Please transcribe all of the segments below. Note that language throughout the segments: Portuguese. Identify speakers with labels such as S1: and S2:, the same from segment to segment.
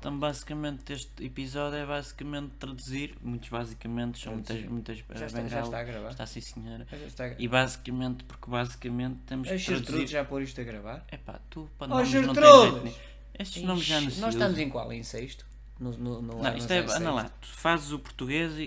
S1: Então, basicamente, este episódio é basicamente traduzir, muitos basicamente, são muitas,
S2: Traduzir.
S1: muitas
S2: Já está- já
S1: bengalas.
S2: está a gravar?
S1: Está sim, senhora.
S2: Mas está a
S1: E basicamente, porque basicamente temos que
S2: Os Gertrudes
S1: traduzir.
S2: já pôr isto a gravar?
S1: Epá, tu para
S2: Oh,
S1: nomes não tens
S2: Gertrudes!
S1: jeito nenhum. Estes nomes já não
S2: Ixi,
S1: se
S2: Nós estamos
S1: usam.
S2: em qual? Em sexto? No, no, no
S1: Não,
S2: ano
S1: isto é,
S2: sexto.
S1: anda lá, tu fazes o português e,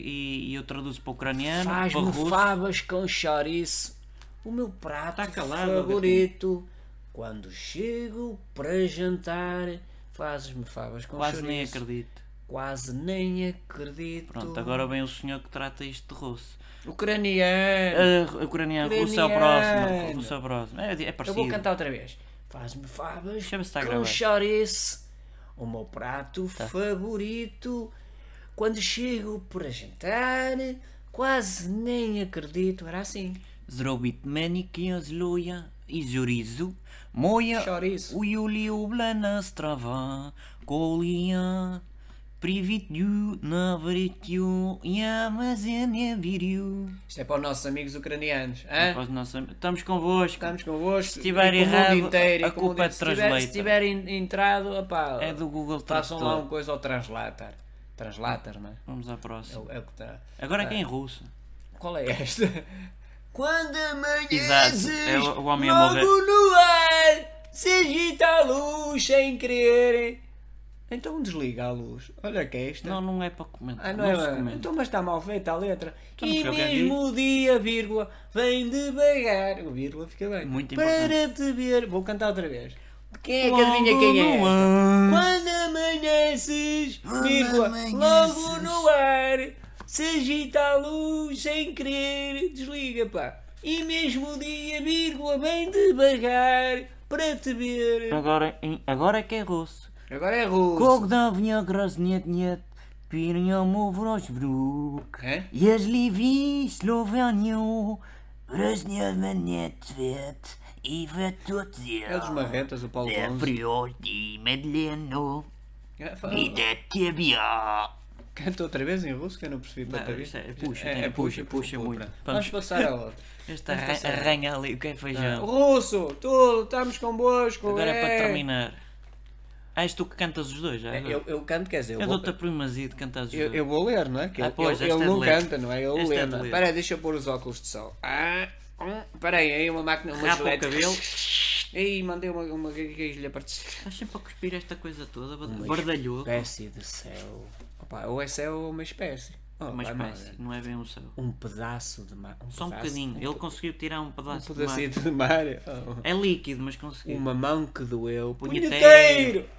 S1: e eu traduzo para o ucraniano, para
S2: Faz-me
S1: russo.
S2: favas com chouriço, o meu prato
S1: Tá calado,
S2: favorito. Quando chego para jantar, fazes-me favas com
S1: Quase
S2: chouriço.
S1: nem acredito.
S2: Quase nem acredito.
S1: Pronto, agora vem o senhor que trata isto de russo.
S2: Ucraniano.
S1: Ah, ucraniano, russo é o próximo.
S2: Ucraniano.
S1: Russo é o próximo. É, é
S2: Eu
S1: parecido.
S2: vou cantar outra vez. Faz-me favas
S1: Deixa-me se tá a
S2: com
S1: gravar. Tá.
S2: chouriço, o meu prato favorito. Quando chego para jantar, quase nem acredito. Era assim.
S1: Zrobit menikin zloja i zorizu. Moja
S2: Chouriço.
S1: улюблена страва, коли я привітню на веретю, я мезе не вірю.
S2: Isto é para os nossos amigos ucranianos.
S1: É.
S2: Hã?
S1: Estamos convosco.
S2: Estamos convosco.
S1: Se estiver
S2: e com o mundo
S1: errado,
S2: inteiro,
S1: a
S2: e com o mundo
S1: culpa é
S2: inteiro.
S1: de
S2: se tiver,
S1: translator.
S2: se tiver en- entrado, opá,
S1: É do Google
S2: façam lá uma
S1: Tradutor.
S2: coisa ao translator. Translator, não é?
S1: Vamos à
S2: É
S1: próxima.
S2: o- é o que tá.
S1: Agora aqui em russo.
S2: Qual é esta? Quando amanheces,
S1: Exato, é o- o homem a
S2: logo
S1: morrer.
S2: no ar, se agita a luz sem querer. Então desliga a luz. Olha que é esta.
S1: Não, não é para comentar.
S2: Ah, não,
S1: não,
S2: é,
S1: se
S2: mano?
S1: comenta.
S2: Então, mas está mal feita a letra.
S1: Então não
S2: e
S1: foi o que eu
S2: mesmo o dia, vírgula, vem devagar. O vírgula fica bem.
S1: Muito
S2: Para te ver. Vou cantar outra vez. Quem é que
S1: Logo
S2: adivinha quem é?
S1: no
S2: esta?
S1: ar.
S2: Quando amanheces, vírgula,
S1: amanheces.
S2: logo no ar, se agita a luz sem querer, desliga, pá. E mesmo o dia, vírgula, vem devagar para te ver.
S1: Agora, em- agora é que é russo.
S2: Agora é russo.
S1: Когда в якраз нет нет, перейдем в рощ в рук.
S2: Hã?
S1: Если ви слованию, разневен нет цвет, и в этот
S2: É dos marretas, o Paulo
S1: É
S2: Gonzo.
S1: природе медленно,
S2: É, fala.
S1: и до тебя.
S2: Canta outra vez em russo que eu não percebi
S1: Não,
S2: tanta vez.
S1: isto é- puxa, tem- puxa, puxa muito.
S2: Vamos,
S1: Vamos-
S2: passar a outra.
S1: Esta arranha ali, o que é feijão?
S2: Russo, tudo, estamos convosco.
S1: Agora é para
S2: é.
S1: terminar. Ah, és tu que cantas os dois, já?
S2: Eu, eu canto, quer dizer, eu,
S1: Eu
S2: vou,
S1: dou-te a primazia de cantar os
S2: eu,
S1: dois.
S2: eu vou ler, não é? Que
S1: Ah,
S2: ele-
S1: pois,
S2: ele
S1: esta é
S2: ele
S1: de
S2: não
S1: ler.
S2: canta, não é? Ele
S1: Esta é
S2: lê.
S1: de
S2: não é?
S1: ler.
S2: Espera aí, deixa eu pôr os óculos de sol. Ah, hum, Espera aí, aí uma máquina, uma
S1: Rapa o
S2: gilete.
S1: cabelo.
S2: Aí, mandei uma, uma gaguejilha para ti.
S1: Estás sempre a cuspir esta coisa toda, bardalhoco.
S2: Espécie de céu. Opa, ou é céu ou uma espécie. Oh,
S1: Uma
S2: pá, mas-
S1: espécie, não é bem um céu.
S2: Um pedaço de mar.
S1: Só um
S2: pedaço-
S1: bocadinho. Ele conseguiu tirar um
S2: Um
S1: pedaço de mar.
S2: pedacinho de mar. Oh.
S1: É líquido, mas conseguiu.
S2: Uma mão que doeu.
S1: Punheteiro.
S2: Punheteiro!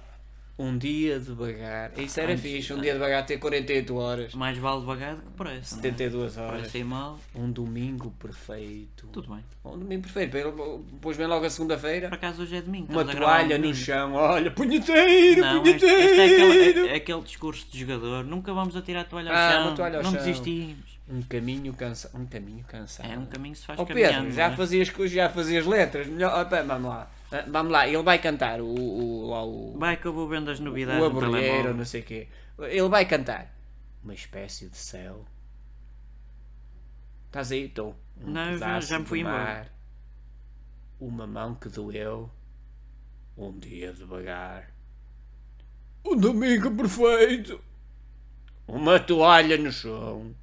S2: Um dia devagar. Isso era
S1: Antes-
S2: fixe. Um dia devagar ter 48 horas.
S1: Mais vale devagar do que pressa. não é?
S2: 72 horas.
S1: Pressa e mal,
S2: Um domingo perfeito.
S1: tudo bem.
S2: Um domingo perfeito. Ele Pôs bem logo a
S1: Por
S2: segunda-feira.
S1: acaso hoje é domingo.
S2: Uma
S1: estamos a gravar
S2: toalha
S1: um
S2: no
S1: domingo.
S2: chão. Olha, punheteiro!
S1: Não, este,
S2: punheteiro!
S1: este é, aquele, é- é aquele discurso de jogador. Nunca vamos atirar a toalha ao
S2: Ah,
S1: chão.
S2: uma toalha ao
S1: não
S2: chão.
S1: desistimos.
S2: Um caminho cansado. Um caminho cansado.
S1: É um caminho que se faz
S2: Ó
S1: caminhando.
S2: Pedro, já
S1: não é?
S2: fazias coisas, já fazias letras. Melhor. Opa, vamos lá. Ah, Vamos lá. Ele vai cantar o. o, lá o-
S1: Vai que eu vou vendo as novidades
S2: o
S1: no
S2: abrolheiro,
S1: telemóvel.
S2: não sei o quê. Ele vai cantar. Uma espécie de céu. Estás aí? Estou. Um
S1: Não, eu já-
S2: pedaço
S1: já me
S2: de
S1: fui embora.
S2: mar. Uma mão que doeu. Um dia devagar. Um domingo perfeito. Uma toalha no chão.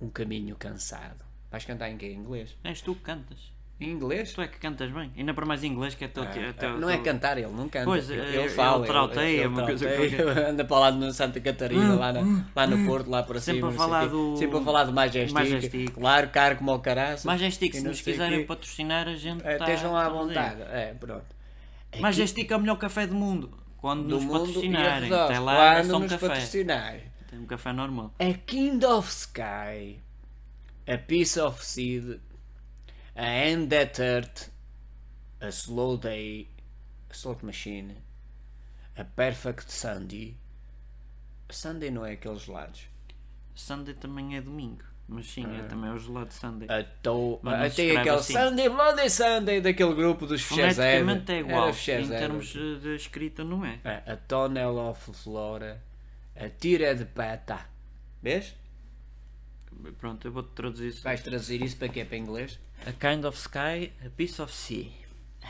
S2: Um caminho cansado. Vais cantar em quê? Em inglês?
S1: És tu que cantas.
S2: Em inglês?
S1: Tu é que cantas bem. Ainda para mais em inglês que é teu. teu- teu-
S2: não é
S1: teu-
S2: cantar, ele não canta.
S1: Pois,
S2: ele,
S1: é,
S2: ele
S1: ele
S2: fala.
S1: trauteia, é uma coisa
S2: trauteia,
S1: qualquer. Hum,
S2: Anda para lá no Santa Catarina, lá, na- lá no Porto, lá para
S1: Sempre
S2: cima.
S1: a
S2: não sei
S1: falar
S2: quê.
S1: do-
S2: Sempre a falar do Majestic.
S1: Majestic.
S2: Claro, caro como o caraço.
S1: Majestic,
S2: e
S1: se
S2: não
S1: nos
S2: sei
S1: quiserem
S2: quê.
S1: patrocinar, a gente
S2: É,
S1: tá-
S2: Estejam lá à
S1: estamos aí.
S2: vontade. É, pronto.
S1: Majestic é o melhor café do mundo. Quando
S2: Do
S1: nos
S2: mundo e
S1: patrocinarem,
S2: arredores,
S1: até lá é
S2: quando
S1: só um
S2: nos
S1: café.
S2: patrocinarem.
S1: Tem um café normal.
S2: A Kind of Sky, a Piece of Seed, a End That Earth, a Slow Day, a Slot Machine, a Perfect Sunday. Sunday não é aqueles lados.
S1: Sunday também é domingo. Mas sim, é também o gelado Sunday.
S2: Ah. A to...
S1: Mas não se
S2: Até
S1: escreve
S2: aquele
S1: assim.
S2: Sunday, Monday, Sunday daquele grupo dos Shazam.
S1: Foneticamente é igual.
S2: Era tipo-
S1: Em
S2: Shazam.
S1: termos eh, de escrita, não é.
S2: A, a Tonel of Flora, a Tira de Pata. Vês?
S1: Pronto, eu vou-te traduzir isso.
S2: Vais traduzir isso para quê? Para inglês?
S1: A kind of sky, a piece of sea.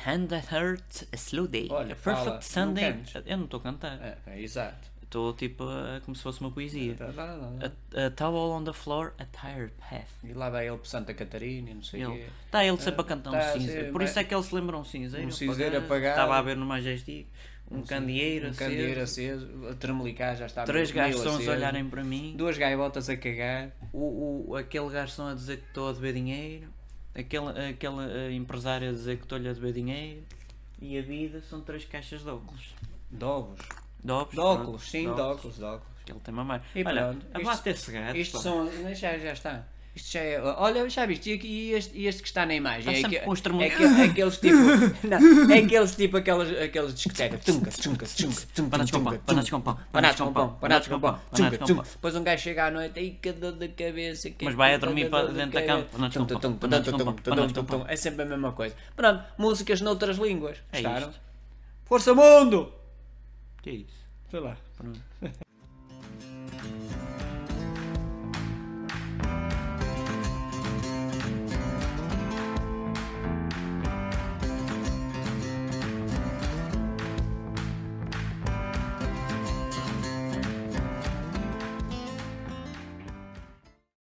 S1: Hand that hurts a slow day.
S2: Olha,
S1: a perfect
S2: fala, não
S1: Sunday.
S2: cantes.
S1: eu não estou a cantar.
S2: É, é, exato.
S1: Estou tipo a- como se fosse uma poesia.
S2: Tá, tá, tá, tá.
S1: A, a towel on the floor, a tired path.
S2: E lá vai ele para Santa Catarina e não sei o
S1: Ele,
S2: quê.
S1: tá ele sempre a cantar
S2: É tá,
S1: um cinzeiro.
S2: sim,
S1: Por
S2: mas-
S1: isso é que ele se lembra um cinzeiro.
S2: Um cinzeiro apagado.
S1: Estava a ver no Majestico. Um candeeiro
S2: Um
S1: aceso.
S2: candeeiro aceso, a tremelicar já está
S1: Três
S2: meio
S1: garçons
S2: aceso.
S1: a olharem para mim.
S2: Duas gaivotas a cagar.
S1: O, o- aquele garçom a dizer que estou a dever dinheiro. Aquele, aquele eh, empresário a dizer que estou-lhe a dever dinheiro. E a vida são três caixas de óculos.
S2: De óculos.
S1: De óculos,
S2: De
S1: pronto,
S2: óculos, sim,
S1: de
S2: de óculos, de óculos.
S1: Que ele tem mamar.
S2: E
S1: Olha,
S2: pronto, isto-
S1: abate esse gato.
S2: Isto
S1: pá.
S2: são. Já, já está. Isto já é. Olha, já viste? E, aqui- e este, e este que está na imagem?
S1: Está
S2: é,
S1: sempre
S2: aque-
S1: com os tremelinos.
S2: é aque- aqueles tipo. não, é aqueles tipo aquelas, aquelas discotecas. Tunca, tunca, tunca, tunca.
S1: Panados com pão, panados com pão,
S2: Panados com pão, panados com pão.
S1: panados
S2: Tunca,
S1: com
S2: tunca.
S1: pão.
S2: Depois um gajo chega à noite e que dor de cabeça. que
S1: Mas vai a
S2: que dor
S1: dormir para
S2: de
S1: dentro
S2: cabeça.
S1: da cama. Panados com
S2: Tum,
S1: pão,
S2: tum, tum,
S1: panados
S2: tum,
S1: com pão,
S2: tum,
S1: panados
S2: tum,
S1: com pão.
S2: tum. É sempre a mesma coisa. Pronto, músicas noutras línguas.
S1: É
S2: Gostaram?
S1: isto.
S2: Força Mundo!
S1: Que é isso?
S2: Sei lá.
S1: Pronto.